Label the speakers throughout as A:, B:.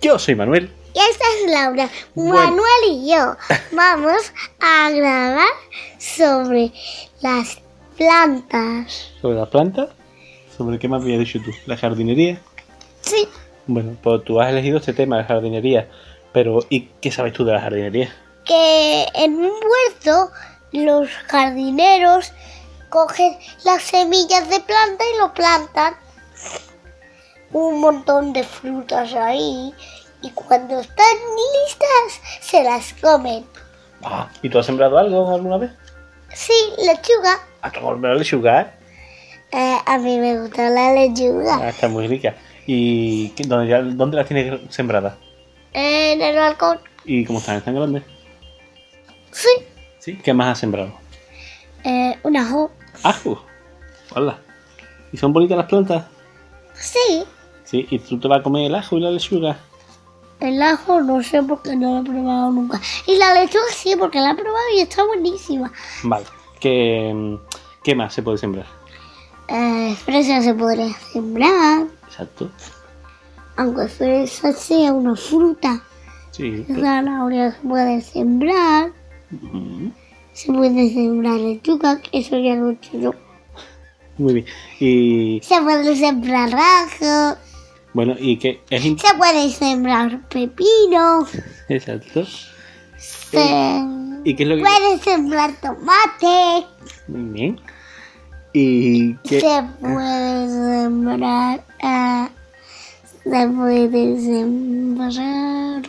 A: Yo soy Manuel.
B: Y esta es Laura.
A: Bueno.
B: Manuel y yo vamos a grabar sobre las plantas.
A: ¿Sobre las plantas? ¿Sobre qué más habías dicho tú? ¿La jardinería?
B: Sí.
A: Bueno, pues tú has elegido este tema, la jardinería. Pero, ¿y qué sabes tú de la jardinería?
B: Que en un huerto los jardineros cogen las semillas de planta y lo plantan. Un montón de frutas ahí. Y cuando están listas, se las comen.
A: Ah, ¿y tú has sembrado algo alguna vez?
B: Sí, lechuga.
A: ¿Has tomado la lechuga?
B: Eh, a mí me gusta la lechuga.
A: Ah, está muy rica. ¿Y qué- dónde, ya- dónde las tienes sembradas?
B: En el balcón.
A: ¿Y cómo están? ¿Están grandes?
B: Sí.
A: ¿Sí? ¿Qué más has sembrado?
B: Eh, un ajo.
A: ¡Ajo! ¡Hola! ¿Y son bonitas las plantas?
B: Sí.
A: Sí, ¿y tú te vas a comer el ajo y la lechuga?
B: El ajo no sé porque no lo he probado nunca. Y la lechuga sí, porque la he probado y está buenísima.
A: Vale. ¿Qué, mm, qué más se puede sembrar?
B: Eh, fresa se podría sembrar,
A: Exacto.
B: aunque fresa sea una fruta.
A: Sí.
B: Zanahoria se puede sembrar,
A: Mm.
B: se puede sembrar lechuga, que eso ya lo he hecho yo.
A: Muy bien. Y
B: Se puede sembrar ajo,
A: bueno, y que es im-
B: se puede sembrar pepino,
A: exacto.
B: se
A: ¿Y qué es lo que
B: puede sembrar tomate,
A: Muy bien. Y que
B: se puede sembrar, eh, se puede sembrar.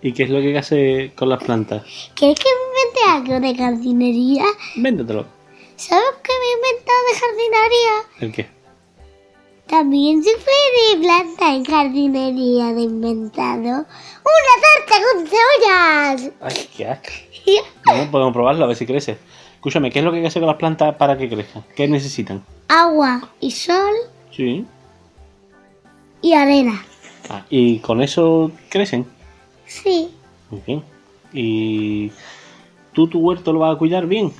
A: y qué es lo que hace con las plantas?
B: ¿Quieres que me invente algo de jardinería?
A: Véndetelo.
B: ¿Sabes qué me he inventado de jardinería?
A: ¿El qué?
B: También se puede plantar en jardinería de inventado una tarta con cebollas.
A: Ay, qué asco. Bueno, podemos probarlo a ver si crece. Escúchame, ¿qué es lo que hace con las plantas para que crezcan? ¿Qué necesitan?
B: Agua y sol
A: Sí.
B: y arena.
A: Ah, y con eso crecen.
B: Sí,
A: Muy bien. Y tú tu huerto lo vas a cuidar bien.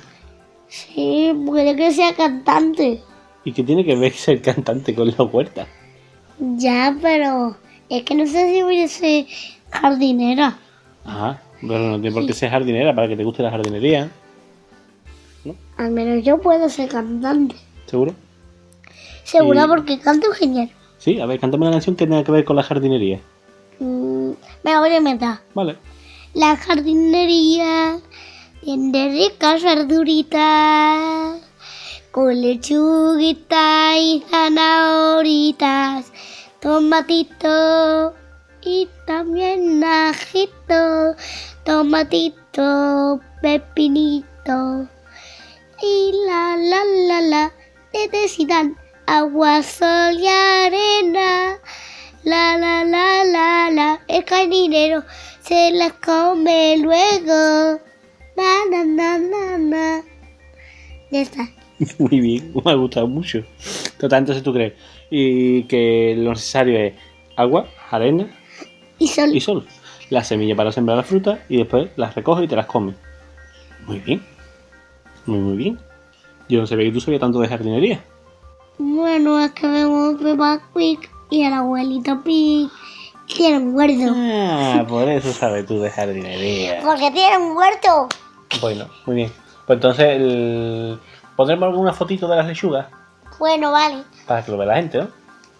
B: sí, puede que sea cantante.
A: ¿Y que tiene que ver ser cantante con la huerta?
B: Ya, pero es que no sé si voy a ser jardinera.
A: Ajá. Ah, Pero no tiene por qué ser jardinera para que te guste la jardinería.
B: Al menos yo puedo ser cantante.
A: ¿Seguro?
B: Seguro
A: Y-
B: porque canto genial.
A: Sí, a ver, cántame una canción que tenga que ver con la jardinería.
B: Mm, me voy a inventar.
A: Vale.
B: La jardinería tiene ricas verduritas con lechuguita y zanahoritas, tomatito y también ajito, tomatito, pepinito y la la la la necesitan agua, sol y arena. La la la la la, el jardinero se las come luego. Na na na na na. Ya está.
A: Muy bien, me ha gustado mucho. Total, entonces tú crees. Y que lo necesario es agua, arena
B: Y sol.
A: y sol. Las semillas para sembrar la fruta y después las recoges y te las comes. Muy bien. Muy, muy bien. Yo no sabía que tú sabías tanto de jardinería.
B: Bueno, es que vemos Peppa Quick y el abuelito Pig. Tiene un huerto.
A: Ah, por eso sabes tú de jardinería.
B: Porque tiene un huerto.
A: Bueno, muy bien. Pues entonces, el... pondremos alguna fotito de las lechugas
B: Bueno, vale.
A: para que lo vea la gente, ¿no?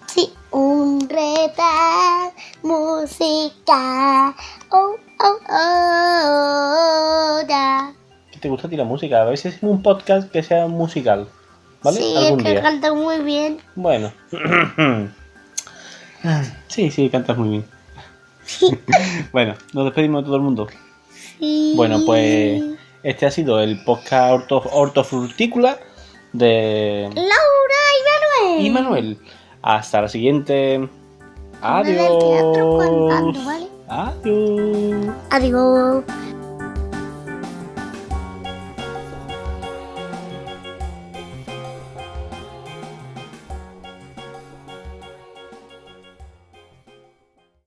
B: Sí. Un reta música. Oh, oh, oh, oh, da.
A: que te gusta a ti la música. A veces un podcast que sea musical. ¿Vale?
B: Sí,
A: Algún
B: es que
A: día.
B: canta muy bien.
A: Bueno. sí, sí, cantas muy bien. bueno, nos despedimos de todo el mundo.
B: Sí.
A: Bueno, pues este ha sido el podcast orto, hortofrutícola de
B: Laura y Manuel.
A: y Manuel. Hasta la siguiente.
B: Nos vemos en el teatro
A: Adiós.
B: cantando, ¿vale?
A: Adiós.
B: Adiós.